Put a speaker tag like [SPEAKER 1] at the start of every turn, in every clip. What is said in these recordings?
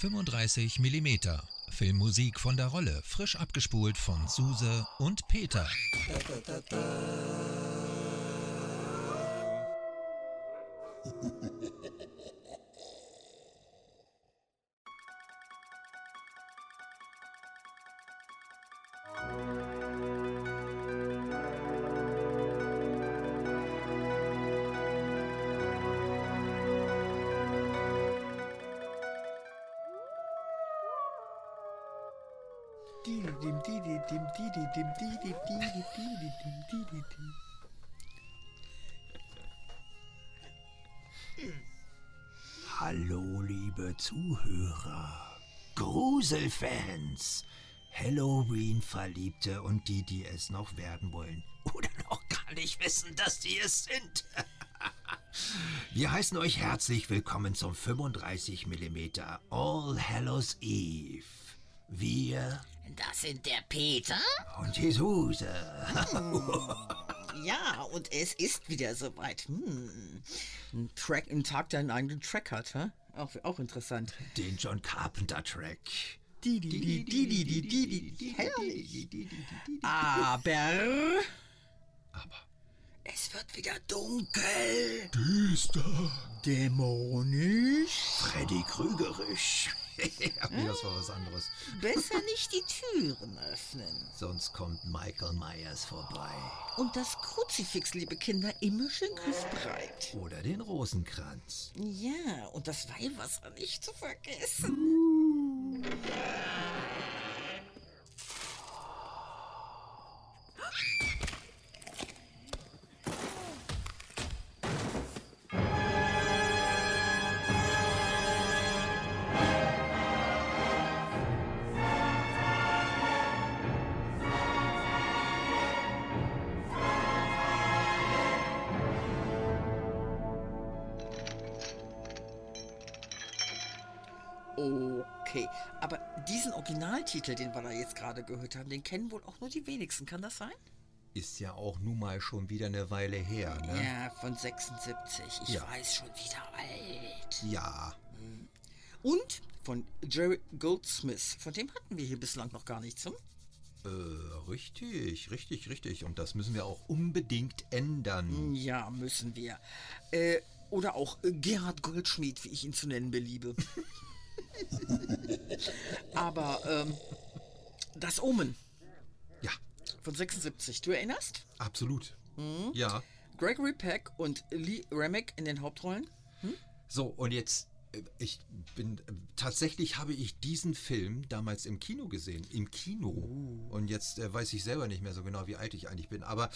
[SPEAKER 1] 35 mm. Filmmusik von der Rolle, frisch abgespult von Suse und Peter.
[SPEAKER 2] Hallo, liebe Zuhörer, Gruselfans, Halloween-Verliebte und die, die es noch werden wollen oder noch gar nicht wissen, dass die es sind. Wir heißen euch herzlich willkommen zum 35 mm All Hallows Eve. Wir
[SPEAKER 3] Das sind der Peter?
[SPEAKER 2] und Jesus.
[SPEAKER 3] Ja, und es ist wieder soweit. Hm. Ein, Track, ein Tag, der einen eigenen Track hat, hä? Auch, auch interessant.
[SPEAKER 2] den John Carpenter Track.
[SPEAKER 3] Di, di, di, di, di, di, di, di, di. Herrlich. Aber
[SPEAKER 2] Aber
[SPEAKER 3] es wird wieder dunkel.
[SPEAKER 2] düster.
[SPEAKER 3] Dämonisch.
[SPEAKER 2] Freddy Krügerisch. nee, das war was anderes.
[SPEAKER 3] Besser nicht die Türen öffnen.
[SPEAKER 2] Sonst kommt Michael Myers vorbei.
[SPEAKER 3] Und das Kruzifix, liebe Kinder, immer schön griffbereit.
[SPEAKER 2] Oder den Rosenkranz.
[SPEAKER 3] Ja, und das Weihwasser nicht zu vergessen. Okay, aber diesen Originaltitel, den wir da jetzt gerade gehört haben, den kennen wohl auch nur die wenigsten, kann das sein?
[SPEAKER 2] Ist ja auch nun mal schon wieder eine Weile her, ne?
[SPEAKER 3] Ja, von 76. Ich
[SPEAKER 2] Ja.
[SPEAKER 3] weiß schon wieder alt.
[SPEAKER 2] Ja.
[SPEAKER 3] Und von Jerry Goldsmith. Von dem hatten wir hier bislang noch gar nichts. Hm?
[SPEAKER 2] Äh, richtig, richtig, richtig. Und das müssen wir auch unbedingt ändern.
[SPEAKER 3] Ja, müssen wir. Äh, oder auch äh, Gerhard Goldschmidt, wie ich ihn zu nennen beliebe. aber ähm, das Omen
[SPEAKER 2] Ja,
[SPEAKER 3] von 76, du erinnerst?
[SPEAKER 2] absolut. Ja.
[SPEAKER 3] Gregory Peck und Lee Remick in den Hauptrollen.
[SPEAKER 2] So, und jetzt, äh, ich bin, äh, tatsächlich habe ich diesen Film damals im Kino gesehen, im Kino. Und jetzt äh, weiß ich selber nicht mehr so genau, wie alt ich eigentlich bin, aber,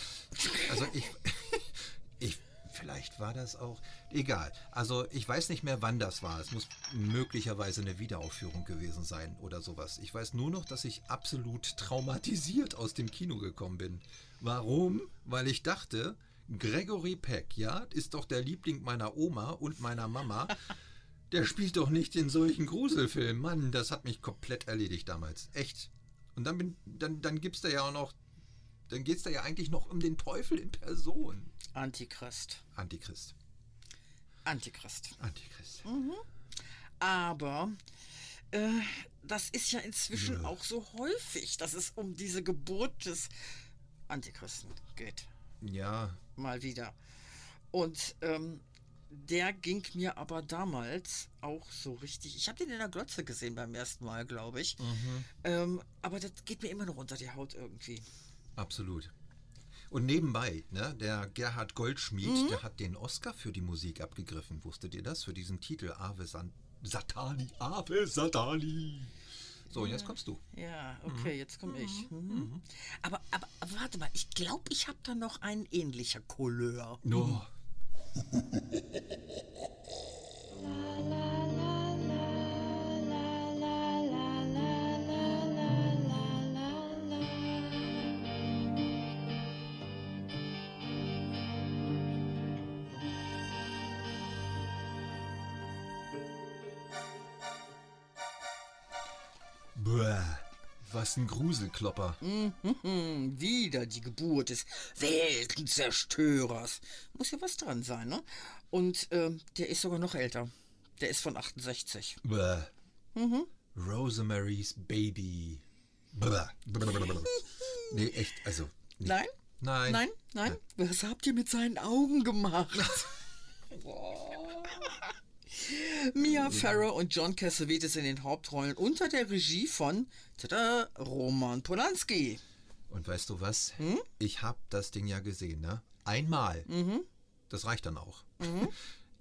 [SPEAKER 2] also ich, ich, vielleicht war das auch, egal. Also ich weiß nicht mehr, wann das war. Es muss möglicherweise eine Wiederaufführung gewesen sein oder sowas. Ich weiß nur noch, dass ich absolut traumatisiert aus dem Kino gekommen bin. Warum? Weil ich dachte, Gregory Peck, ja, ist doch der Liebling meiner Oma und meiner Mama. Der spielt doch nicht in solchen Gruselfilmen. Mann, das hat mich komplett erledigt damals. Echt. Und dann, bin, dann, dann gibt's da ja auch noch. Dann geht's da ja eigentlich noch um den Teufel in Person.
[SPEAKER 3] Antichrist.
[SPEAKER 2] Antichrist.
[SPEAKER 3] Antichrist.
[SPEAKER 2] Antichrist.
[SPEAKER 3] Aber äh, das ist ja inzwischen auch so häufig, dass es um diese Geburt des Antichristen geht.
[SPEAKER 2] Ja,
[SPEAKER 3] Mal wieder. Und ähm, der ging mir aber damals auch so richtig. Ich habe den in der Glotze gesehen beim ersten Mal, glaube ich. Ähm, aber das geht mir immer noch unter die Haut irgendwie.
[SPEAKER 2] absolut. Und nebenbei, ne, der Gerhard Goldschmidt, der hat den Oscar für die Musik abgegriffen. Wusstet ihr das? Für diesen Titel Ave San Satani, Ave Satani. So, und jetzt kommst du.
[SPEAKER 3] Ja, okay, jetzt komme ich. Mhm. Aber, aber, aber warte mal, ich glaube, ich habe da noch einen ähnlicher Couleur.
[SPEAKER 2] No. Bruh. Was ein Gruselklopper.
[SPEAKER 3] Mhm, wieder die Geburt des Weltenzerstörers. Muss ja was dran sein, ne? Und ähm, der ist sogar noch älter. Der ist von 68.
[SPEAKER 2] Bäh. Rosemary's Baby. Bäh. Blablabla. Nee, echt, also. Nee.
[SPEAKER 3] Nein?
[SPEAKER 2] Nein.
[SPEAKER 3] Nein? Nein? Was habt ihr mit seinen Augen gemacht? Mia Farrow und John Cassavetes in den Hauptrollen unter der Regie von tada, Roman Polanski.
[SPEAKER 2] Und weißt du was? Ich habe das Ding ja gesehen, ne? Einmal. Das reicht dann auch.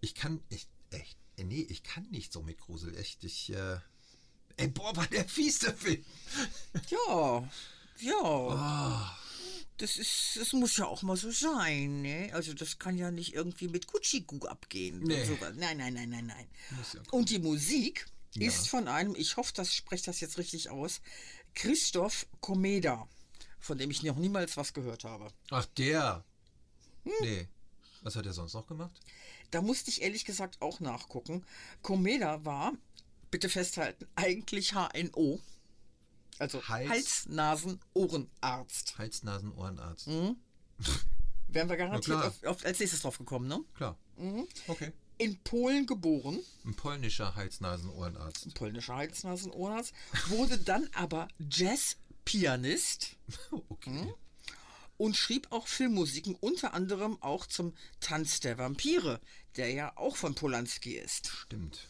[SPEAKER 2] Ich kann, ich, echt, äh, nee, ich kann nicht so mit Grusel. Echt, ich, äh, ey, boah, war der fies, der Film.
[SPEAKER 3] Ja, ja. Das ist, das muss ja auch mal so sein, ne? Also das kann ja nicht irgendwie mit Kutschigu abgehen.
[SPEAKER 2] Nee.
[SPEAKER 3] Und sowas. Nein, nein, nein, nein, nein.
[SPEAKER 2] Muss ja
[SPEAKER 3] und die Musik
[SPEAKER 2] Ja.
[SPEAKER 3] ist von einem, ich hoffe, das spreche das jetzt richtig aus, Christoph Komeda, von dem ich noch niemals was gehört habe.
[SPEAKER 2] Ach, der. Nee. Was hat er sonst noch gemacht?
[SPEAKER 3] Da musste ich ehrlich gesagt auch nachgucken. Komeda war, bitte festhalten, eigentlich HNO. Also
[SPEAKER 2] Hals-
[SPEAKER 3] Hals, Nasen, Ohrenarzt.
[SPEAKER 2] Hals, Nasen, Ohrenarzt.
[SPEAKER 3] Mhm. Wären wir garantiert
[SPEAKER 2] klar.
[SPEAKER 3] auf, auf, als nächstes drauf gekommen, ne?
[SPEAKER 2] Klar. Okay.
[SPEAKER 3] In Polen geboren,
[SPEAKER 2] Ein polnischer Hals, Nasen, Ohrenarzt.
[SPEAKER 3] polnischer Hals, Nasen, Ohrenarzt, wurde dann aber Jazzpianist
[SPEAKER 2] Okay.
[SPEAKER 3] und schrieb auch Filmmusiken, unter anderem auch zum Tanz der Vampire, der ja auch von Polanski ist.
[SPEAKER 2] Stimmt.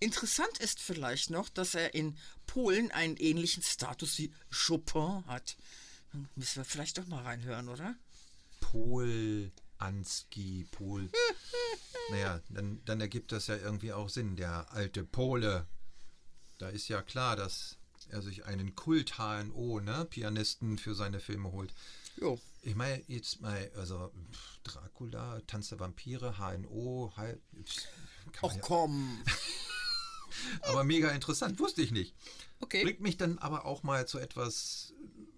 [SPEAKER 3] Interessant ist vielleicht noch, dass er in Polen einen ähnlichen Status wie Chopin hat. Hm, Müssen wir vielleicht doch mal reinhören, oder?
[SPEAKER 2] Pol, Anski, Pol. naja, dann, dann ergibt das ja irgendwie auch Sinn. Der alte Pole. Da ist ja klar, dass er sich einen Kult-HNO, ne, Pianisten für seine Filme holt.
[SPEAKER 3] Jo.
[SPEAKER 2] Ich meine, jetzt mal, also pff, Dracula, Tanz der Vampire, HNO, Hal- pff, kann
[SPEAKER 3] Och
[SPEAKER 2] man ja,
[SPEAKER 3] komm.
[SPEAKER 2] aber mega interessant, wusste ich nicht.
[SPEAKER 3] Okay.
[SPEAKER 2] Bringt mich dann aber auch mal zu etwas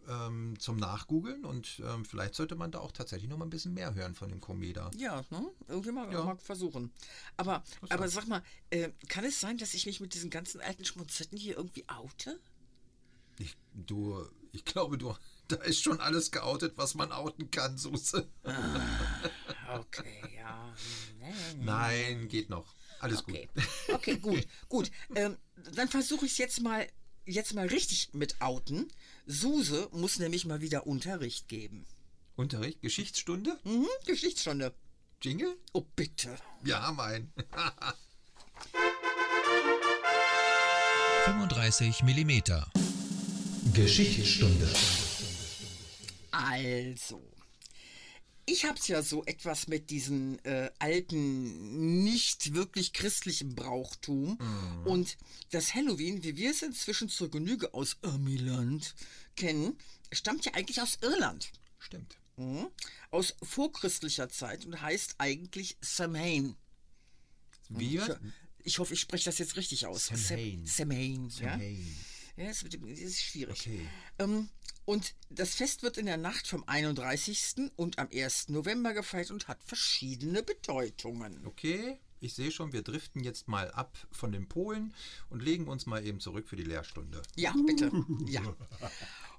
[SPEAKER 2] ähm, zum Nachgoogeln und ähm, vielleicht sollte man da auch tatsächlich noch mal ein bisschen mehr hören von dem Komeda.
[SPEAKER 3] Ja, ne? Irgendwie mal,
[SPEAKER 2] Ja.
[SPEAKER 3] mal versuchen. Aber, aber sag mal, äh, kann es sein, dass ich mich mit diesen ganzen alten Schmonzetten hier irgendwie oute?
[SPEAKER 2] Ich, du, ich glaube, du, da ist schon alles geoutet, was man outen kann, Soße.
[SPEAKER 3] Okay, ja. hm, Nee.
[SPEAKER 2] Nein, geht noch. Alles
[SPEAKER 3] Okay.
[SPEAKER 2] gut.
[SPEAKER 3] Okay, gut, gut. Ähm, dann versuche ich es jetzt mal, jetzt mal richtig mit outen. Suse muss nämlich mal wieder Unterricht geben.
[SPEAKER 2] Unterricht, Geschichtsstunde,
[SPEAKER 3] Mhm, Geschichtsstunde.
[SPEAKER 2] Jingle?
[SPEAKER 3] Oh, bitte.
[SPEAKER 2] Ja, mein.
[SPEAKER 1] 35 mm. Geschichtsstunde.
[SPEAKER 3] Also, ich habe es ja so etwas mit diesen äh, alten, nicht wirklich christlichen Brauchtum. Und das Halloween, wie wir es inzwischen zur Genüge aus Irmiland kennen, stammt ja eigentlich aus Irland.
[SPEAKER 2] Stimmt.
[SPEAKER 3] Mhm. Aus vorchristlicher Zeit und heißt eigentlich Samhain.
[SPEAKER 2] Wir?
[SPEAKER 3] Ich hoffe, ich spreche das jetzt richtig aus. Sam-
[SPEAKER 2] Samhain.
[SPEAKER 3] Samhain. Ja?
[SPEAKER 2] Nein.
[SPEAKER 3] Ja, das, mit dem- das ist schwierig.
[SPEAKER 2] Okay.
[SPEAKER 3] Ähm, und das Fest wird in der Nacht vom 31. und am 1. November gefeiert und hat verschiedene Bedeutungen.
[SPEAKER 2] Okay, ich sehe schon, wir driften jetzt mal ab von den Polen und legen uns mal eben zurück für die Lehrstunde.
[SPEAKER 3] Ja, bitte. Ja.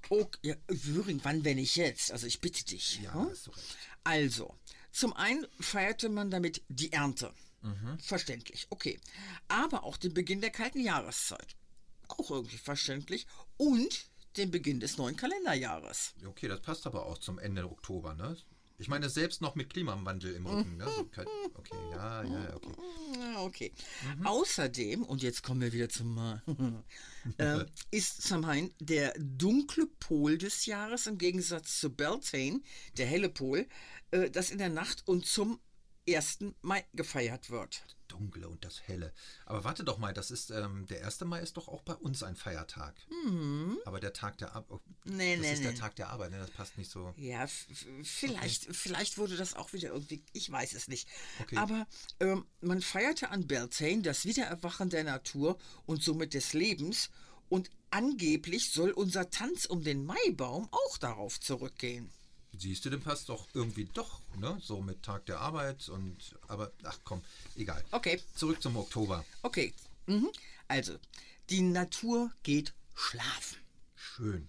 [SPEAKER 3] Okay, ja, Würing, wann, wenn nicht jetzt? Also ich bitte dich.
[SPEAKER 2] Ja,
[SPEAKER 3] hm?
[SPEAKER 2] hast du recht.
[SPEAKER 3] Also, zum einen feierte man damit die Ernte.
[SPEAKER 2] Mhm.
[SPEAKER 3] Verständlich, okay. Aber auch den Beginn der kalten Jahreszeit. Auch irgendwie verständlich. Und den Beginn des neuen Kalenderjahres.
[SPEAKER 2] Okay, das passt aber auch zum Ende Oktober, ne? Ich meine, selbst noch mit Klimawandel im Rücken, ne? So kalt- Okay, ja, ja, ja, okay.
[SPEAKER 3] Ah, Okay.
[SPEAKER 2] Mhm.
[SPEAKER 3] Außerdem, und jetzt kommen wir wieder zum Mal, ähm, ist Samhain der dunkle Pol des Jahres im Gegensatz zu Beltane, der helle Pol, äh, das in der Nacht und zum 1. Mai gefeiert wird.
[SPEAKER 2] Dunkle und das Helle. Aber warte doch mal, das ist, ähm, der 1. Mai ist doch auch bei uns ein Feiertag. Aber der Tag der Arbeit,
[SPEAKER 3] Mhm. Nee,
[SPEAKER 2] das
[SPEAKER 3] nee,
[SPEAKER 2] ist der
[SPEAKER 3] nee.
[SPEAKER 2] Tag der Arbeit, ne? Das passt nicht so.
[SPEAKER 3] Ja, f- f- vielleicht, vielleicht wurde das auch wieder irgendwie, ich weiß es nicht.
[SPEAKER 2] Okay.
[SPEAKER 3] Aber ähm, man feierte an Beltane das Wiedererwachen der Natur und somit des Lebens und angeblich soll unser Tanz um den Maibaum auch darauf zurückgehen.
[SPEAKER 2] Siehst du, dem passt doch irgendwie doch, ne? So mit Tag der Arbeit und, aber, ach komm, egal.
[SPEAKER 3] Okay.
[SPEAKER 2] Zurück zum Oktober.
[SPEAKER 3] Okay, mhm. also die Natur geht schlafen. Hm?
[SPEAKER 2] Schön.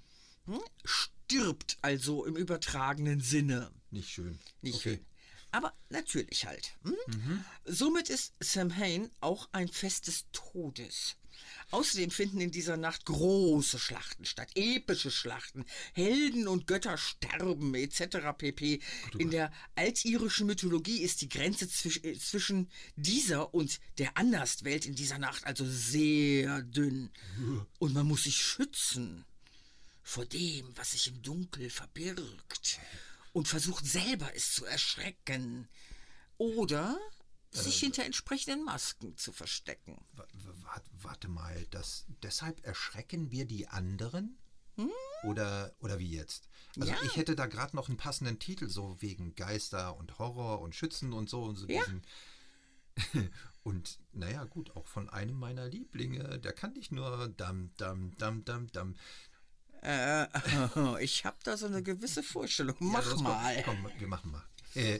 [SPEAKER 3] Stirbt also im übertragenen Sinne.
[SPEAKER 2] Nicht schön.
[SPEAKER 3] Nicht schön. Aber natürlich halt. Hm? Somit ist Samhain auch ein Fest des Todes. Außerdem finden in dieser Nacht große Schlachten statt, epische Schlachten. Helden und Götter sterben etc. pp. In der altirischen Mythologie ist die Grenze zwisch äh, zwischen dieser und der Anderswelt in dieser Nacht also sehr dünn. Und man muss sich schützen vor dem, was sich im Dunkel verbirgt und versucht selber es zu erschrecken oder sich hinter entsprechenden Masken zu verstecken.
[SPEAKER 2] Wa- wa- wart- Warte mal, das, deshalb erschrecken wir die anderen? Oder, oder wie jetzt? Also
[SPEAKER 3] Hm? Ja.
[SPEAKER 2] ich hätte da gerade noch einen passenden Titel, so wegen Geister und Horror und Schützen und so und so
[SPEAKER 3] Ja.
[SPEAKER 2] diesen. Und naja, gut, auch von einem meiner Lieblinge, der kann nicht nur dam, dam, dam, dam, dam.
[SPEAKER 3] Äh, ich habe da so eine gewisse Vorstellung. Mach
[SPEAKER 2] los, komm,
[SPEAKER 3] mal.
[SPEAKER 2] Komm, wir machen mal. Äh,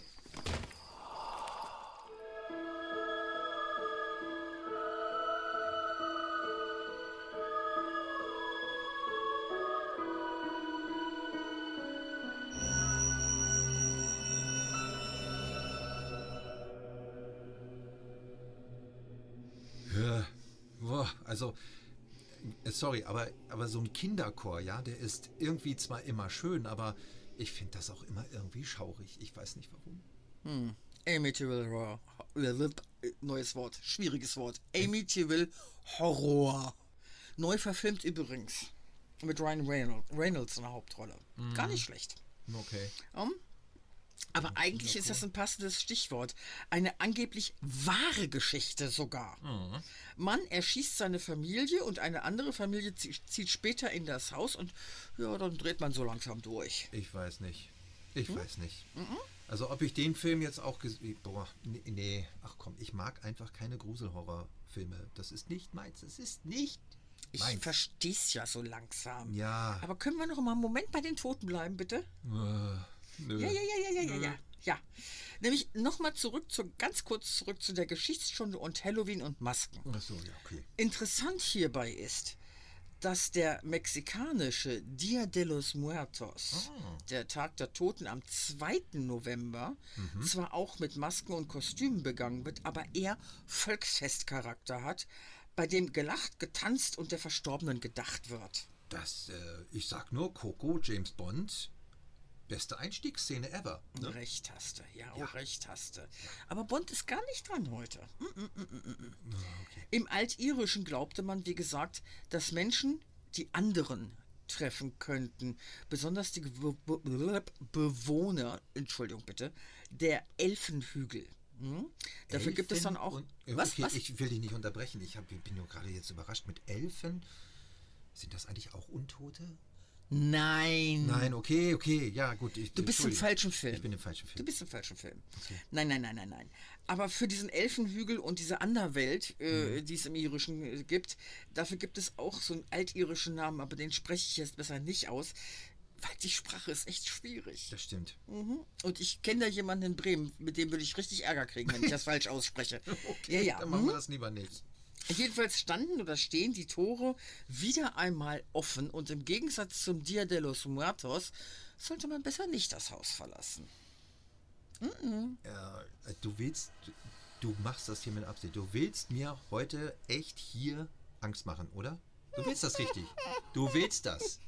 [SPEAKER 2] Ja, boah, also, äh, sorry, aber, aber so ein Kinderchor, ja, der ist irgendwie zwar immer schön, aber ich finde das auch immer irgendwie schaurig. Ich weiß nicht warum.
[SPEAKER 3] Amityville Horror. äh, Neues Wort. Schwieriges Wort. Amityville Horror. Neu verfilmt übrigens. Mit Ryan Reynolds, Reynolds in der Hauptrolle. Gar nicht schlecht.
[SPEAKER 2] Okay.
[SPEAKER 3] Ähm, aber eigentlich ist das ein passendes Stichwort. Eine angeblich wahre Geschichte sogar. Mann erschießt seine Familie und eine andere Familie zie- zieht später in das Haus und ja, dann dreht man so langsam durch.
[SPEAKER 2] Ich weiß nicht.
[SPEAKER 3] Hm?
[SPEAKER 2] Ich weiß nicht.
[SPEAKER 3] Mhm.
[SPEAKER 2] Also, ob ich den Film jetzt auch gesehen. Boah, nee, nee. Ach komm, ich mag einfach keine Gruselhorrorfilme. Das ist nicht meins. Es ist nicht.
[SPEAKER 3] Ich
[SPEAKER 2] Meins.
[SPEAKER 3] versteh's ja so langsam.
[SPEAKER 2] Ja.
[SPEAKER 3] Aber können wir noch mal einen Moment bei den Toten bleiben, bitte?
[SPEAKER 2] Äh, nö.
[SPEAKER 3] Ja, ja, ja, ja, ja, ja, ja. Ja. Nämlich nochmal zurück zu, ganz kurz zurück zu der Geschichtsstunde und Halloween und Masken.
[SPEAKER 2] Ach so, ja, okay.
[SPEAKER 3] Interessant hierbei ist, dass der mexikanische Dia de los Muertos, der Tag der Toten am 2. November, zwar auch mit Masken und Kostümen begangen wird, aber eher Volksfestcharakter hat, bei dem gelacht, getanzt und der Verstorbenen gedacht wird.
[SPEAKER 2] Das, äh, ich sag nur Coco, James Bond. Beste Einstiegsszene ever. Ne?
[SPEAKER 3] Recht hast du, ja, oh, recht hast du. Aber Bond ist gar nicht dran heute. Mm, mm, mm, mm, mm. Im Altirischen glaubte man, wie gesagt, dass Menschen die anderen treffen könnten. Besonders die Gew- Be Bewohner, Entschuldigung bitte, der Elfenhügel. Hm? Dafür gibt es dann
[SPEAKER 2] Elfen
[SPEAKER 3] auch.
[SPEAKER 2] und- äh,
[SPEAKER 3] was?
[SPEAKER 2] Okay,
[SPEAKER 3] was?
[SPEAKER 2] ich will dich nicht unterbrechen. Ich hab, bin nur gerade jetzt überrascht mit Elfen. Sind das eigentlich auch Untote?
[SPEAKER 3] Hm. Nein.
[SPEAKER 2] Nein, okay, okay, ja gut. Ich,
[SPEAKER 3] Du bist im
[SPEAKER 2] Entschuldigung.
[SPEAKER 3] falschen Film.
[SPEAKER 2] Ich bin im falschen
[SPEAKER 3] Du
[SPEAKER 2] Film.
[SPEAKER 3] bist im falschen Film. Nein, nein, nein, nein, nein. Aber für diesen Elfenhügel und diese Anderwelt, äh, die es im Irischen äh, gibt, dafür gibt es auch so einen altirischen Namen, aber den spreche ich jetzt besser nicht aus, weil die Sprache ist echt schwierig.
[SPEAKER 2] Das stimmt.
[SPEAKER 3] Mhm. Und ich kenne da jemanden in Bremen, mit dem würde ich richtig Ärger kriegen, wenn ich das falsch ausspreche. ja, ja.
[SPEAKER 2] Dann machen
[SPEAKER 3] mhm.
[SPEAKER 2] wir das lieber nicht.
[SPEAKER 3] Jedenfalls standen oder stehen die Tore wieder einmal offen und im Gegensatz zum Dia de los Muertos sollte man besser nicht das Haus verlassen.
[SPEAKER 2] Äh, du willst, du machst das hier mit Absicht. Du willst mir heute echt hier Angst machen, oder? Du willst das richtig. Du willst das.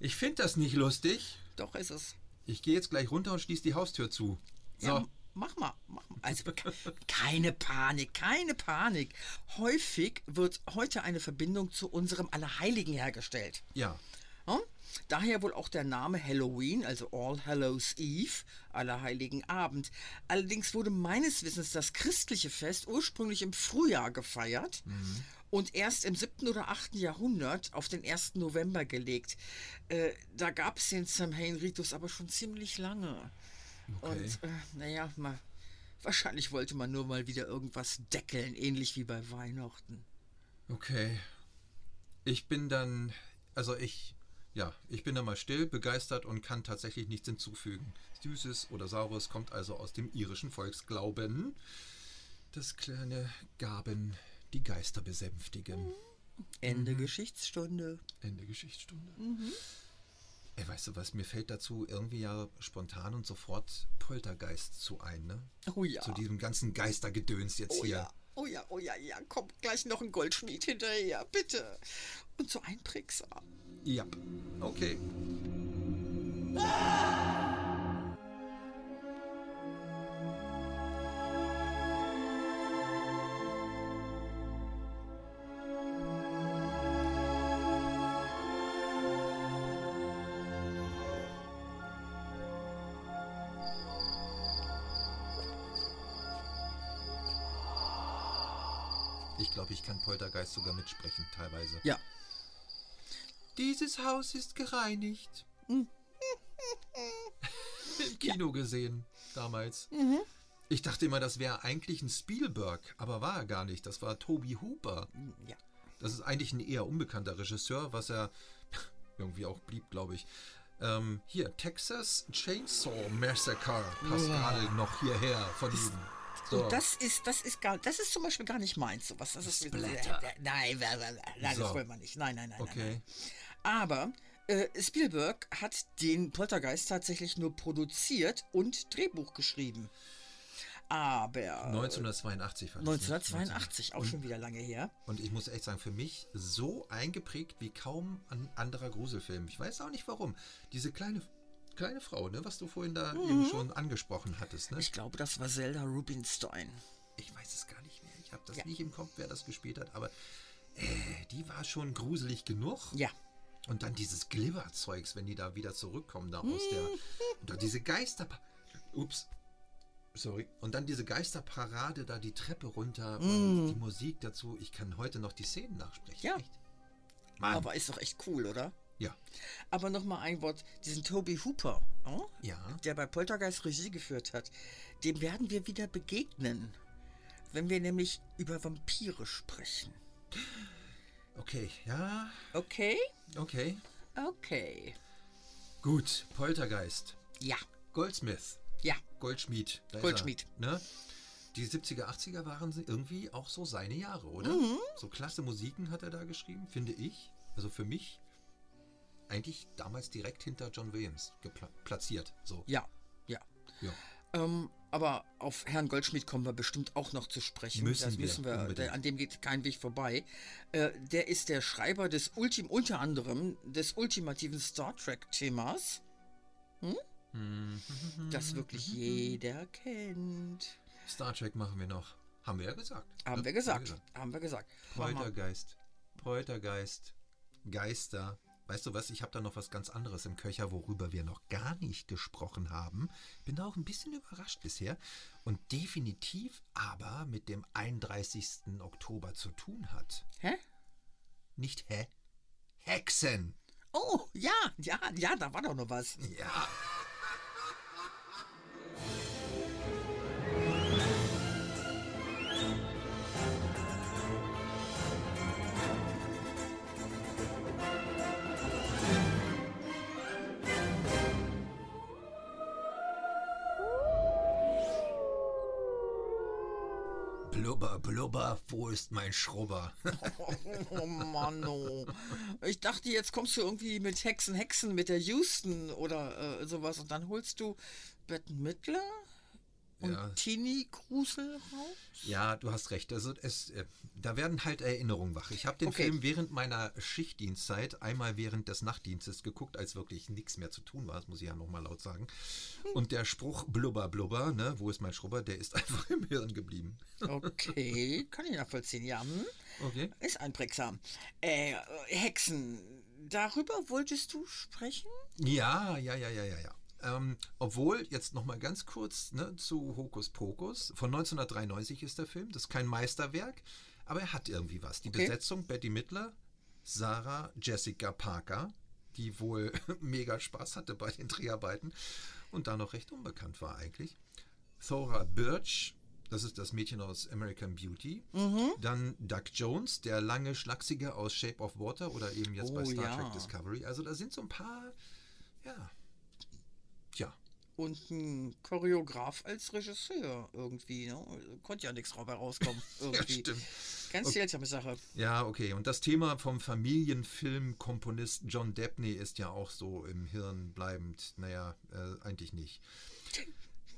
[SPEAKER 2] Ich finde das nicht lustig.
[SPEAKER 3] Doch ist es.
[SPEAKER 2] Ich gehe jetzt gleich runter und schließe die Haustür zu. So.
[SPEAKER 3] Ja, mach mal, mach mal. Also ke- keine Panik, keine Panik. Häufig wird heute eine Verbindung zu unserem Allerheiligen hergestellt.
[SPEAKER 2] Ja.
[SPEAKER 3] Hm? Daher wohl auch der Name Halloween, also All Hallows Eve, Allerheiligen Abend. Allerdings wurde meines Wissens das christliche Fest ursprünglich im Frühjahr gefeiert und erst im 7. oder 8. Jahrhundert auf den 1. November gelegt. Äh, da gab es den Samhain-Ritus aber schon ziemlich lange. Und äh, naja, mal, wahrscheinlich wollte man nur mal wieder irgendwas deckeln, ähnlich wie bei Weihnachten.
[SPEAKER 2] Okay. Ich bin dann, also ich, ja, ich bin dann mal still, begeistert und kann tatsächlich nichts hinzufügen. Süßes oder Saures kommt also aus dem irischen Volksglauben. Das kleine Gaben, die Geister besänftigen.
[SPEAKER 3] Ende Geschichtsstunde.
[SPEAKER 2] Ende Geschichtsstunde.
[SPEAKER 3] Mhm.
[SPEAKER 2] Ey, weißt du was, mir fällt dazu irgendwie ja spontan und sofort Poltergeist zu ein, ne?
[SPEAKER 3] Oh ja.
[SPEAKER 2] Zu diesem ganzen Geistergedöns jetzt
[SPEAKER 3] Oh
[SPEAKER 2] hier.
[SPEAKER 3] ja. Oh ja, oh ja, ja, komm, gleich noch ein Goldschmied hinterher, bitte. Und so ein Trickser.
[SPEAKER 2] Ja. Okay. Ich glaube, ich kann Poltergeist sogar mitsprechen, teilweise.
[SPEAKER 3] Ja.
[SPEAKER 2] Dieses Haus ist gereinigt. Im Kino gesehen, damals. Ich dachte immer, das wäre eigentlich ein Spielberg, aber war er gar nicht. Das war Toby Hooper.
[SPEAKER 3] Ja.
[SPEAKER 2] Das ist eigentlich ein eher unbekannter Regisseur, was er irgendwie auch blieb, glaube ich. Ähm, hier, Texas Chainsaw Massacre passt gerade noch hierher von ihm. So.
[SPEAKER 3] Und das ist, das ist gar, das ist zum Beispiel gar nicht meins, sowas. Das ist
[SPEAKER 2] Splatter.
[SPEAKER 3] Nein, nein, nein, nein das
[SPEAKER 2] So.
[SPEAKER 3] wollen wir nicht. Nein, nein, nein. Nein, nein.
[SPEAKER 2] okay.
[SPEAKER 3] Aber äh, Spielberg hat den Poltergeist tatsächlich nur produziert und Drehbuch geschrieben. Aber
[SPEAKER 2] 1982 war das. ne?
[SPEAKER 3] 1982, auch schon wieder lange her.
[SPEAKER 2] Und ich muss echt sagen, für mich so eingeprägt wie kaum ein anderer Gruselfilm. Ich weiß auch nicht warum. Diese kleine, kleine Frau, ne, was du vorhin da eben schon angesprochen hattest, ne?
[SPEAKER 3] Mhm. Ich glaube, das war Zelda Rubinstein.
[SPEAKER 2] Ich weiß es gar nicht mehr. Ich habe das
[SPEAKER 3] Ja.
[SPEAKER 2] nicht im Kopf, wer das gespielt hat, aber äh, die war schon gruselig genug.
[SPEAKER 3] Ja.
[SPEAKER 2] Und dann dieses Glibberzeugs, wenn die da wieder zurückkommen, da aus der. Und dann diese Geister. Ups. Sorry. Und dann diese Geisterparade da die Treppe runter und die Musik dazu. Ich kann heute noch die Szenen nachsprechen.
[SPEAKER 3] Mm. Ja.
[SPEAKER 2] Echt. Mann.
[SPEAKER 3] Aber ist doch echt cool, oder?
[SPEAKER 2] ja.
[SPEAKER 3] Aber nochmal ein Wort, diesen Toby Hooper, oh?
[SPEAKER 2] Ja.
[SPEAKER 3] der bei Poltergeist Regie geführt hat, dem werden wir wieder begegnen, wenn wir nämlich über Vampire sprechen.
[SPEAKER 2] Okay. Ja.
[SPEAKER 3] Okay?
[SPEAKER 2] Okay.
[SPEAKER 3] Okay.
[SPEAKER 2] Gut. Poltergeist.
[SPEAKER 3] Ja,
[SPEAKER 2] Goldsmith.
[SPEAKER 3] ja.
[SPEAKER 2] Goldschmied. da ist er,
[SPEAKER 3] Goldschmied.
[SPEAKER 2] ne? Die 70er, 80er waren sie irgendwie auch so seine Jahre, oder?
[SPEAKER 3] Mhm.
[SPEAKER 2] So klasse Musiken hat er da geschrieben, finde ich. Also für mich eigentlich damals direkt hinter John Williams gepla- platziert. So.
[SPEAKER 3] Ja, ja.
[SPEAKER 2] Ja.
[SPEAKER 3] Ähm, aber auf Herrn Goldschmidt kommen wir bestimmt auch noch zu sprechen.
[SPEAKER 2] Müssen
[SPEAKER 3] das
[SPEAKER 2] wir,
[SPEAKER 3] müssen wir,
[SPEAKER 2] unbedingt.
[SPEAKER 3] der, an dem geht kein Weg vorbei. Äh, der ist der Schreiber des Ultim, unter anderem des ultimativen Star Trek-Themas.
[SPEAKER 2] Mhm.
[SPEAKER 3] Hm? Das wirklich jeder kennt.
[SPEAKER 2] Star Trek machen wir noch. Haben wir ja gesagt.
[SPEAKER 3] Haben
[SPEAKER 2] Ja,
[SPEAKER 3] wir gesagt. Haben wir gesagt. Mach mal.
[SPEAKER 2] Poltergeist. Poltergeist. Geister. Weißt du was, ich habe da noch was ganz anderes im Köcher, worüber wir noch gar nicht gesprochen haben. Bin da auch ein bisschen überrascht bisher und definitiv aber mit dem 31. Oktober zu tun hat.
[SPEAKER 3] Hä?
[SPEAKER 2] Nicht hä? Hexen.
[SPEAKER 3] Oh, ja, ja, ja, da war doch noch was.
[SPEAKER 2] Ja. Blubber, blubber, wo ist mein Schrubber?
[SPEAKER 3] Oh, oh Mann, oh. Ich dachte, jetzt kommst du irgendwie mit Hexen, Hexen, mit der Houston oder äh, sowas und dann holst du Betten Mittler und
[SPEAKER 2] Ja.
[SPEAKER 3] Tini Grusel raus.
[SPEAKER 2] Ja, du hast recht. Also es, äh, da werden halt Erinnerungen wach. Ich habe den
[SPEAKER 3] Okay.
[SPEAKER 2] Film während meiner Schichtdienstzeit, einmal während des Nachtdienstes geguckt, als wirklich nichts mehr zu tun war, das muss ich ja nochmal laut sagen. Und der Spruch Blubber, Blubber, ne, wo ist mein Schrubber, der ist einfach im Hirn geblieben.
[SPEAKER 3] Okay, kann ich nachvollziehen, ja. hm.
[SPEAKER 2] Okay.
[SPEAKER 3] Ist einprägsam. Äh, Hexen, darüber wolltest du sprechen?
[SPEAKER 2] Ja, ja, ja, ja, ja, ja. Ähm, obwohl, jetzt nochmal ganz kurz ne, zu Hokus Pokus. Von 1993 ist der Film. Das ist kein Meisterwerk, aber er hat irgendwie was. Die
[SPEAKER 3] Okay.
[SPEAKER 2] Besetzung: Betty Midler, Sarah Jessica Parker, die wohl mega Spaß hatte bei den Dreharbeiten und da noch recht unbekannt war eigentlich. Thora Birch, das ist das Mädchen aus American Beauty. Dann Doug Jones, der lange Schlachsige aus Shape of Water oder eben jetzt bei
[SPEAKER 3] Oh,
[SPEAKER 2] Star
[SPEAKER 3] ja.
[SPEAKER 2] Trek Discovery. Also da sind so ein paar, ja, tja,
[SPEAKER 3] und ein Choreograf als Regisseur irgendwie. Ne? Konnte ja nichts dabei rauskommen. Irgendwie.
[SPEAKER 2] stimmt.
[SPEAKER 3] Ganz
[SPEAKER 2] Okay.
[SPEAKER 3] seltsame Sache.
[SPEAKER 2] Ja, okay. Und das Thema vom Familienfilmkomponist John Debney ist ja auch so im Hirn bleibend. Naja, äh, eigentlich nicht.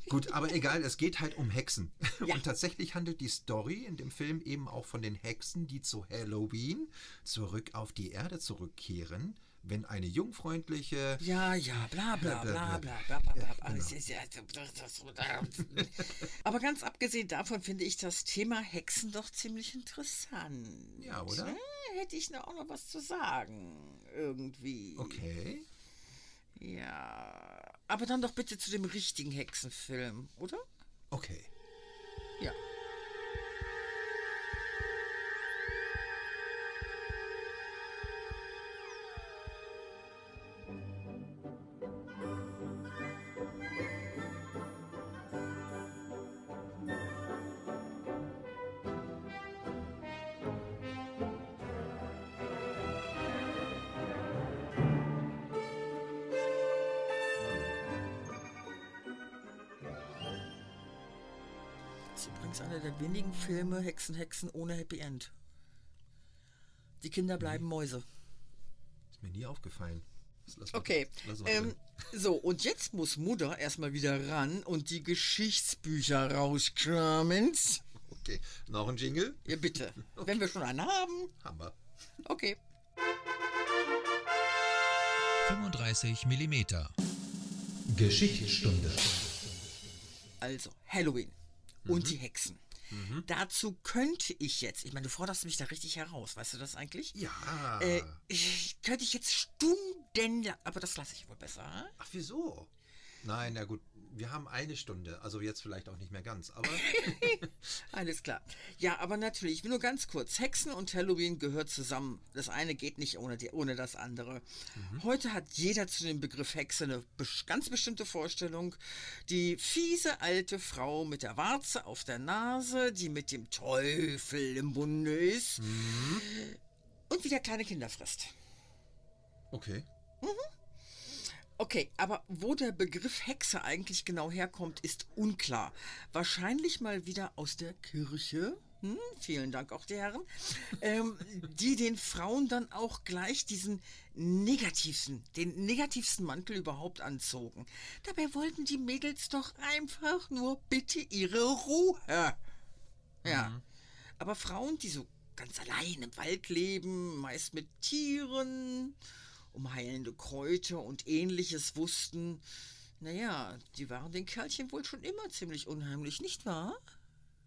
[SPEAKER 2] Gut, aber egal, es geht halt um Hexen. Und tatsächlich handelt die Story in dem Film eben auch von den Hexen, die zu Halloween zurück auf die Erde zurückkehren, wenn eine jungfreundliche
[SPEAKER 3] Ja, ja, bla bla bla bla
[SPEAKER 2] Bla, bla,
[SPEAKER 3] bla
[SPEAKER 2] bla.
[SPEAKER 3] bla bla.
[SPEAKER 2] genau.
[SPEAKER 3] Es ist ja- Aber ganz abgesehen davon finde ich das Thema Hexen doch ziemlich interessant.
[SPEAKER 2] Ja, oder?
[SPEAKER 3] Ne? Hätte ich noch auch noch was zu sagen. Irgendwie.
[SPEAKER 2] Okay.
[SPEAKER 3] Ja. Aber dann doch bitte zu dem richtigen Hexenfilm, oder?
[SPEAKER 2] Okay.
[SPEAKER 3] Ja. Das ist übrigens einer der wenigen Filme Hexen, Hexen ohne Happy End. Die Kinder bleiben Mäuse.
[SPEAKER 2] Ist mir nie aufgefallen. Das lassen wir-
[SPEAKER 3] Okay.
[SPEAKER 2] das lassen wir
[SPEAKER 3] Ähm,
[SPEAKER 2] drin.
[SPEAKER 3] so, und jetzt muss Mutter erstmal wieder ran und die Geschichtsbücher rauskramen.
[SPEAKER 2] okay. Noch ein Jingle?
[SPEAKER 3] Ja, bitte. Wenn wir schon einen haben.
[SPEAKER 2] Hammer.
[SPEAKER 3] Okay.
[SPEAKER 1] 35 mm. Geschichtsstunde.
[SPEAKER 3] Also, Halloween
[SPEAKER 2] Mhm.
[SPEAKER 3] und die Hexen. Dazu könnte ich jetzt, ich meine, du forderst mich da richtig heraus, weißt du das eigentlich?
[SPEAKER 2] Ja.
[SPEAKER 3] Äh, ich, könnte ich jetzt stundenlang, aber das lasse ich wohl besser. hm?
[SPEAKER 2] Ach, wieso? Nein, na gut, wir haben eine Stunde, also jetzt vielleicht auch nicht mehr ganz, aber
[SPEAKER 3] Alles klar. Ja, aber natürlich, ich will nur ganz kurz. Hexen und Halloween gehört zusammen. Das eine geht nicht ohne, die, ohne das andere. Heute hat jeder zu dem Begriff Hexe eine bes- ganz bestimmte Vorstellung. Die fiese alte Frau mit der Warze auf der Nase, die mit dem Teufel im Bunde ist und wieder kleine Kinder frisst.
[SPEAKER 2] okay.
[SPEAKER 3] Okay, aber wo der Begriff Hexe eigentlich genau herkommt, ist unklar. Wahrscheinlich mal wieder aus der Kirche. Hm, vielen Dank auch die Herren, ähm, die den Frauen dann auch gleich diesen negativsten, den negativsten Mantel überhaupt anzogen. Dabei wollten die Mädels doch einfach nur bitte ihre Ruhe. Ja. Aber Frauen, die so ganz allein im Wald leben, meist mit Tieren, um heilende Kräuter und ähnliches wussten, naja, die waren den Kerlchen wohl schon immer ziemlich unheimlich, nicht wahr?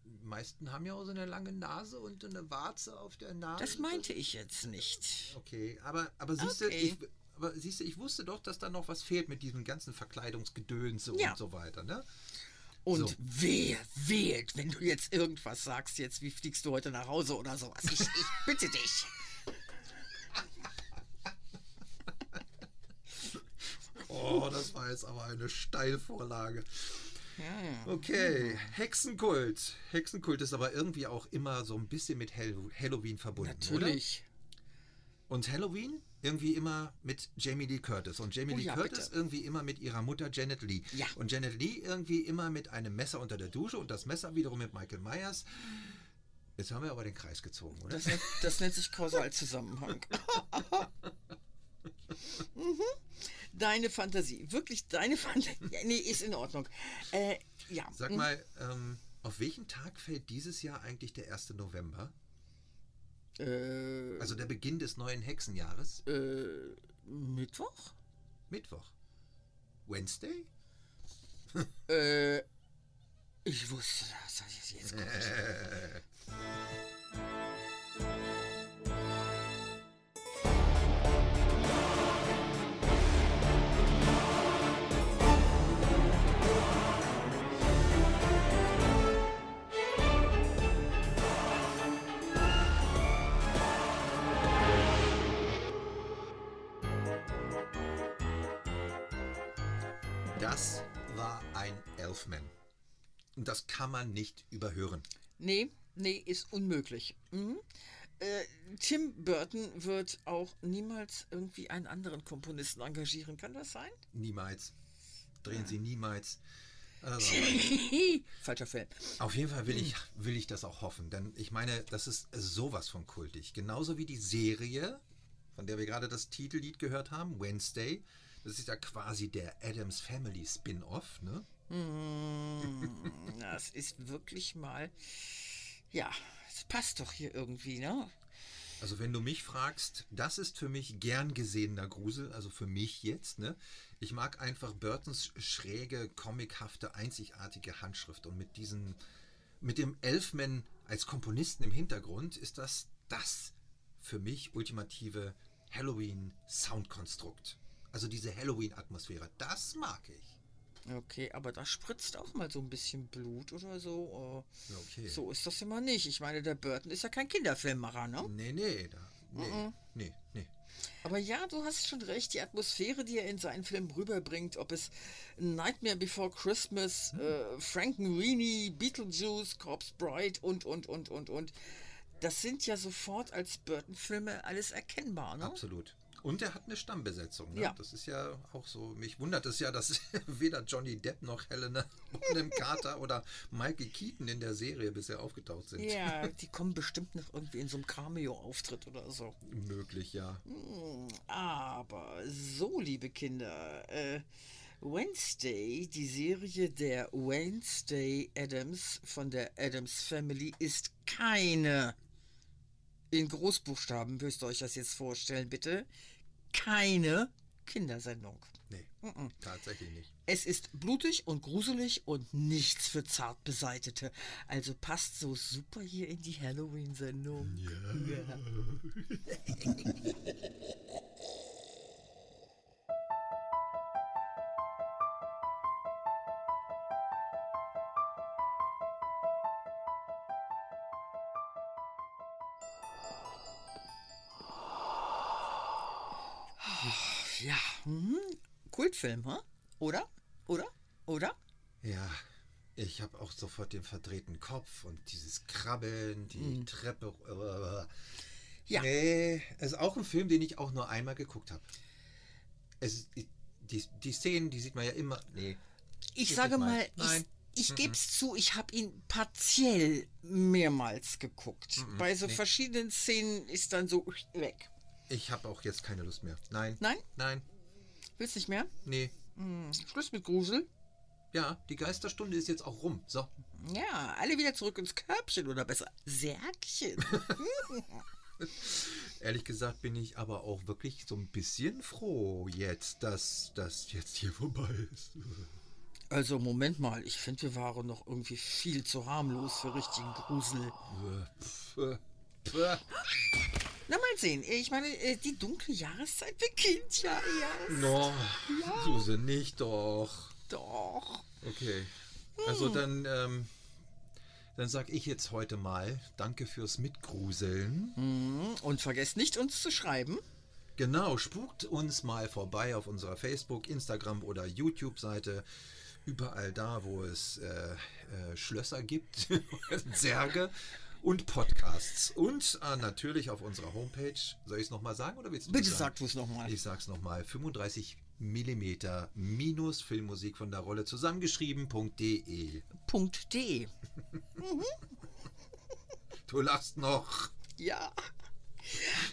[SPEAKER 2] Die meisten haben ja auch so eine lange Nase und so eine Warze auf der Nase.
[SPEAKER 3] Das meinte ich jetzt nicht.
[SPEAKER 2] Okay, aber, aber siehst du,
[SPEAKER 3] Okay.
[SPEAKER 2] ich. Aber siehst du, ich wusste doch, dass da noch was fehlt mit diesem ganzen Verkleidungsgedönse
[SPEAKER 3] Ja.
[SPEAKER 2] und so weiter, ne?
[SPEAKER 3] Und
[SPEAKER 2] So.
[SPEAKER 3] wehe, wehe, wenn du jetzt irgendwas sagst, jetzt wie fliegst du heute nach Hause oder sowas. Ich, ich bitte dich.
[SPEAKER 2] Oh, das war jetzt aber eine Steilvorlage.
[SPEAKER 3] Hm.
[SPEAKER 2] Okay, Hexenkult. Hexenkult ist aber irgendwie auch immer so ein bisschen mit Hall- Halloween verbunden, oder?
[SPEAKER 3] Natürlich.
[SPEAKER 2] Und Halloween irgendwie immer mit Jamie Lee Curtis. Und Jamie
[SPEAKER 3] Oh
[SPEAKER 2] Lee
[SPEAKER 3] ja,
[SPEAKER 2] Curtis
[SPEAKER 3] bitte.
[SPEAKER 2] irgendwie immer mit ihrer Mutter Janet Lee.
[SPEAKER 3] Ja.
[SPEAKER 2] Und Janet Lee irgendwie immer mit einem Messer unter der Dusche und das Messer wiederum mit Michael Myers. Jetzt haben wir aber den Kreis gezogen, oder?
[SPEAKER 3] Das, nennt- das nennt sich Kausalzusammenhang. Mhm. deine Fantasie, wirklich deine Fantasie. Ja, nee, ist in Ordnung. Äh, ja.
[SPEAKER 2] Sag mal, ähm, auf welchen Tag fällt dieses Jahr eigentlich der 1. November?
[SPEAKER 3] Äh,
[SPEAKER 2] Also der Beginn des neuen Hexenjahres?
[SPEAKER 3] äh, Mittwoch?
[SPEAKER 2] Mittwoch. Wednesday?
[SPEAKER 3] Äh, ich wusste das. Jetzt, jetzt komm ich.
[SPEAKER 2] Das war ein Elfman. Und das kann man nicht überhören.
[SPEAKER 3] Nee, nee, ist unmöglich. Mhm. Äh, Tim Burton wird auch niemals irgendwie einen anderen Komponisten engagieren. Kann das sein?
[SPEAKER 2] Niemals. drehen sie niemals. Also,
[SPEAKER 3] Falscher Film.
[SPEAKER 2] auf jeden Fall will ich, will ich das auch hoffen, denn ich meine, das ist sowas von kultig. Genauso wie die Serie, von der wir gerade das Titellied gehört haben, Wednesday. Das ist ja quasi der Adams Family Spin-off, ne?
[SPEAKER 3] Mm, Das ist wirklich mal. Ja, es passt doch hier irgendwie, ne?
[SPEAKER 2] Also wenn du mich fragst, das ist für mich gern gesehener Grusel, also für mich jetzt, ne? Ich mag einfach Burtons schräge, comichafte, einzigartige Handschrift und mit diesem, mit dem Elfman als Komponisten im Hintergrund ist das das für mich ultimative Halloween-Soundkonstrukt. Also diese Halloween-Atmosphäre, das mag ich.
[SPEAKER 3] Okay, aber da spritzt auch mal so ein bisschen Blut oder so. äh,
[SPEAKER 2] Ja, okay.
[SPEAKER 3] So ist das immer nicht. Ich meine, der Burton ist ja kein Kinderfilmmacher, ne?
[SPEAKER 2] Nee, nee, da, nee, nee, nee.
[SPEAKER 3] Aber ja, du hast schon recht, die Atmosphäre, die er in seinen Filmen rüberbringt, ob es Nightmare Before Christmas, äh, Frankenweenie, Beetlejuice, Corpse Bride und, und, und, und, und. Das sind ja sofort als Burton-Filme alles erkennbar, ne?
[SPEAKER 2] Absolut. Und er hat eine Stammbesetzung. Ne?
[SPEAKER 3] Ja.
[SPEAKER 2] Das ist ja auch so. Mich wundert es ja, dass weder Johnny Depp noch Helena Bonham Carter oder Michael Keaton in der Serie bisher aufgetaucht sind.
[SPEAKER 3] Ja, die kommen bestimmt noch irgendwie in so einem Cameo-Auftritt oder so.
[SPEAKER 2] Möglich, ja.
[SPEAKER 3] Aber so, liebe Kinder, äh, Wednesday, die Serie der Wednesday Adams von der Adams Family, ist keine, in Großbuchstaben müsst ihr euch das jetzt vorstellen, bitte, keine Kindersendung.
[SPEAKER 2] Nee, tatsächlich nicht.
[SPEAKER 3] Es ist blutig und gruselig und nichts für Zartbeseitete. Also passt so super hier in die Halloween-Sendung. Ja, mhm. Kultfilm, hm? oder? Oder? Oder?
[SPEAKER 2] Ja, ich habe auch sofort den verdrehten Kopf und dieses Krabbeln, die Treppe.
[SPEAKER 3] Mm.
[SPEAKER 2] äh,
[SPEAKER 3] Ja.
[SPEAKER 2] Nee, es ist auch ein Film, den ich auch nur einmal geguckt habe. Es ist, die, die Szenen, die sieht man ja immer. Nee.
[SPEAKER 3] Ich
[SPEAKER 2] Wirklich
[SPEAKER 3] sage
[SPEAKER 2] mal.
[SPEAKER 3] mal,
[SPEAKER 2] Nein. Mhm.
[SPEAKER 3] ich, ich gebe es zu, ich habe ihn partiell mehrmals geguckt.
[SPEAKER 2] Mhm.
[SPEAKER 3] Bei so verschiedenen Szenen ist dann so weg.
[SPEAKER 2] Ich habe auch jetzt keine Lust mehr. Nein.
[SPEAKER 3] Nein?
[SPEAKER 2] Nein.
[SPEAKER 3] Willst nicht mehr?
[SPEAKER 2] Nee. Mhm.
[SPEAKER 3] Schluss mit Grusel.
[SPEAKER 2] Ja, die Geisterstunde ist jetzt auch rum. So.
[SPEAKER 3] Ja, alle wieder zurück ins Körbchen oder besser Särgchen.
[SPEAKER 2] Ehrlich gesagt bin ich aber auch wirklich so ein bisschen froh jetzt, dass das jetzt hier vorbei ist. Äh,
[SPEAKER 3] also Moment mal, ich finde, wir waren noch irgendwie viel zu harmlos für richtigen Grusel.
[SPEAKER 2] äh,
[SPEAKER 3] Na mal sehen, ich meine, äh, die dunkle Jahreszeit beginnt ja erst.
[SPEAKER 2] No, Suse, nicht doch.
[SPEAKER 3] Doch.
[SPEAKER 2] Okay. Also dann, ähm, dann sag ich jetzt heute mal Danke fürs Mitgruseln.
[SPEAKER 3] Und vergesst nicht, uns zu schreiben.
[SPEAKER 2] Genau, spukt uns mal vorbei auf unserer Facebook, Instagram oder YouTube-Seite. Überall da, wo es äh, äh, Schlösser gibt, Särge und Podcasts. Und äh, natürlich auf unserer Homepage. Soll ich es nochmal sagen oder willst du
[SPEAKER 3] Bitte
[SPEAKER 2] das
[SPEAKER 3] sag
[SPEAKER 2] sagen?
[SPEAKER 3] du es nochmal.
[SPEAKER 2] Ich sag's nochmal. 35 mm minus Filmmusik von der Rolle zusammengeschrieben.de.
[SPEAKER 3] Punkt.de.
[SPEAKER 2] Du lachst noch.
[SPEAKER 3] Ja.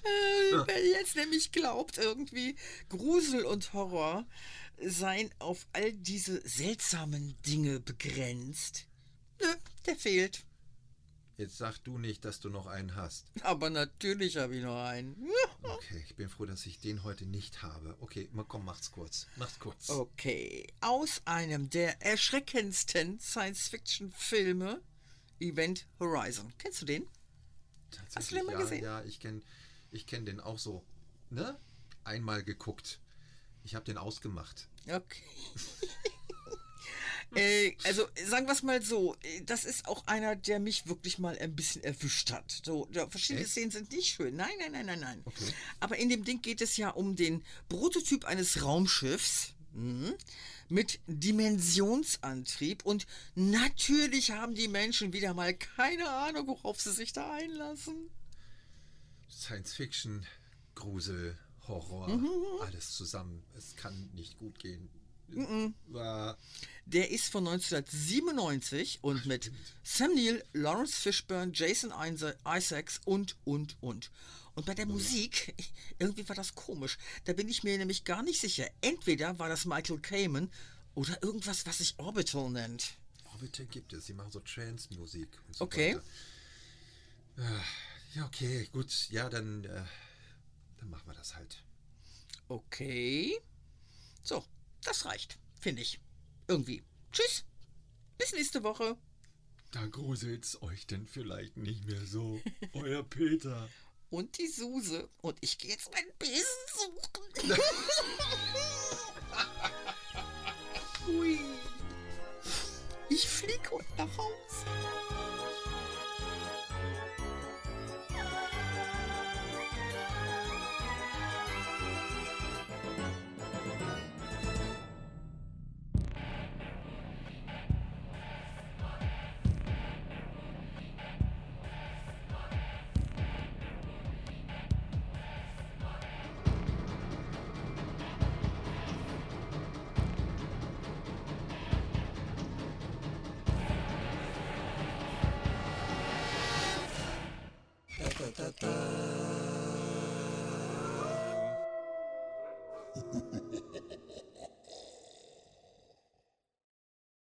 [SPEAKER 3] Äh, Wer jetzt nämlich glaubt, irgendwie Grusel und Horror seien auf all diese seltsamen Dinge begrenzt. Nö, der fehlt.
[SPEAKER 2] Jetzt sag du nicht, dass du noch einen hast.
[SPEAKER 3] Aber natürlich habe ich noch einen.
[SPEAKER 2] Okay, ich bin froh, dass ich den heute nicht habe. Okay, ma- komm, mach's kurz. Mach's kurz.
[SPEAKER 3] Okay. Aus einem der erschreckendsten Science-Fiction-Filme, Event Horizon. Kennst du den?
[SPEAKER 2] Tatsächlich,
[SPEAKER 3] Hast du den mal
[SPEAKER 2] ja,
[SPEAKER 3] gesehen?
[SPEAKER 2] Ja, ich kenne ich kenn den auch so. Ne? Einmal geguckt. Ich habe den ausgemacht.
[SPEAKER 3] Okay. äh, also sagen wir es mal so, äh, das ist auch einer, der mich wirklich mal ein bisschen erwischt hat. So, da verschiedene
[SPEAKER 2] Echt?
[SPEAKER 3] Szenen sind nicht schön. Nein, nein, nein, nein, nein. Aber in dem Ding geht es ja um den Prototyp eines Raumschiffs. mhm, Mit Dimensionsantrieb und natürlich haben die Menschen wieder mal keine Ahnung, worauf sie sich da einlassen.
[SPEAKER 2] Science Fiction, Grusel, Horror, alles zusammen. Es kann nicht gut gehen.
[SPEAKER 3] Mhm.
[SPEAKER 2] War,
[SPEAKER 3] Der ist von 1997 und mit Sam Neill, Lawrence Fishburne, Jason Einse- Isaacs und, und, und. Und bei der Musik, irgendwie war das komisch. Da bin ich mir nämlich gar nicht sicher. Entweder war das Michael Kamen oder irgendwas, was sich Orbital nennt.
[SPEAKER 2] Orbital gibt es. Sie machen so Trance-Musik. und So
[SPEAKER 3] Okay.
[SPEAKER 2] weiter. Ja, okay, gut. Ja, dann, äh, dann machen wir das halt.
[SPEAKER 3] Okay. So, das reicht, finde ich. Irgendwie. Tschüss. Bis nächste Woche.
[SPEAKER 2] Da gruselt's euch denn vielleicht nicht mehr so. Euer Peter.
[SPEAKER 3] Und die Suse. Und ich gehe jetzt meinen Besen suchen. Hui. Ich fliege und nach Hause.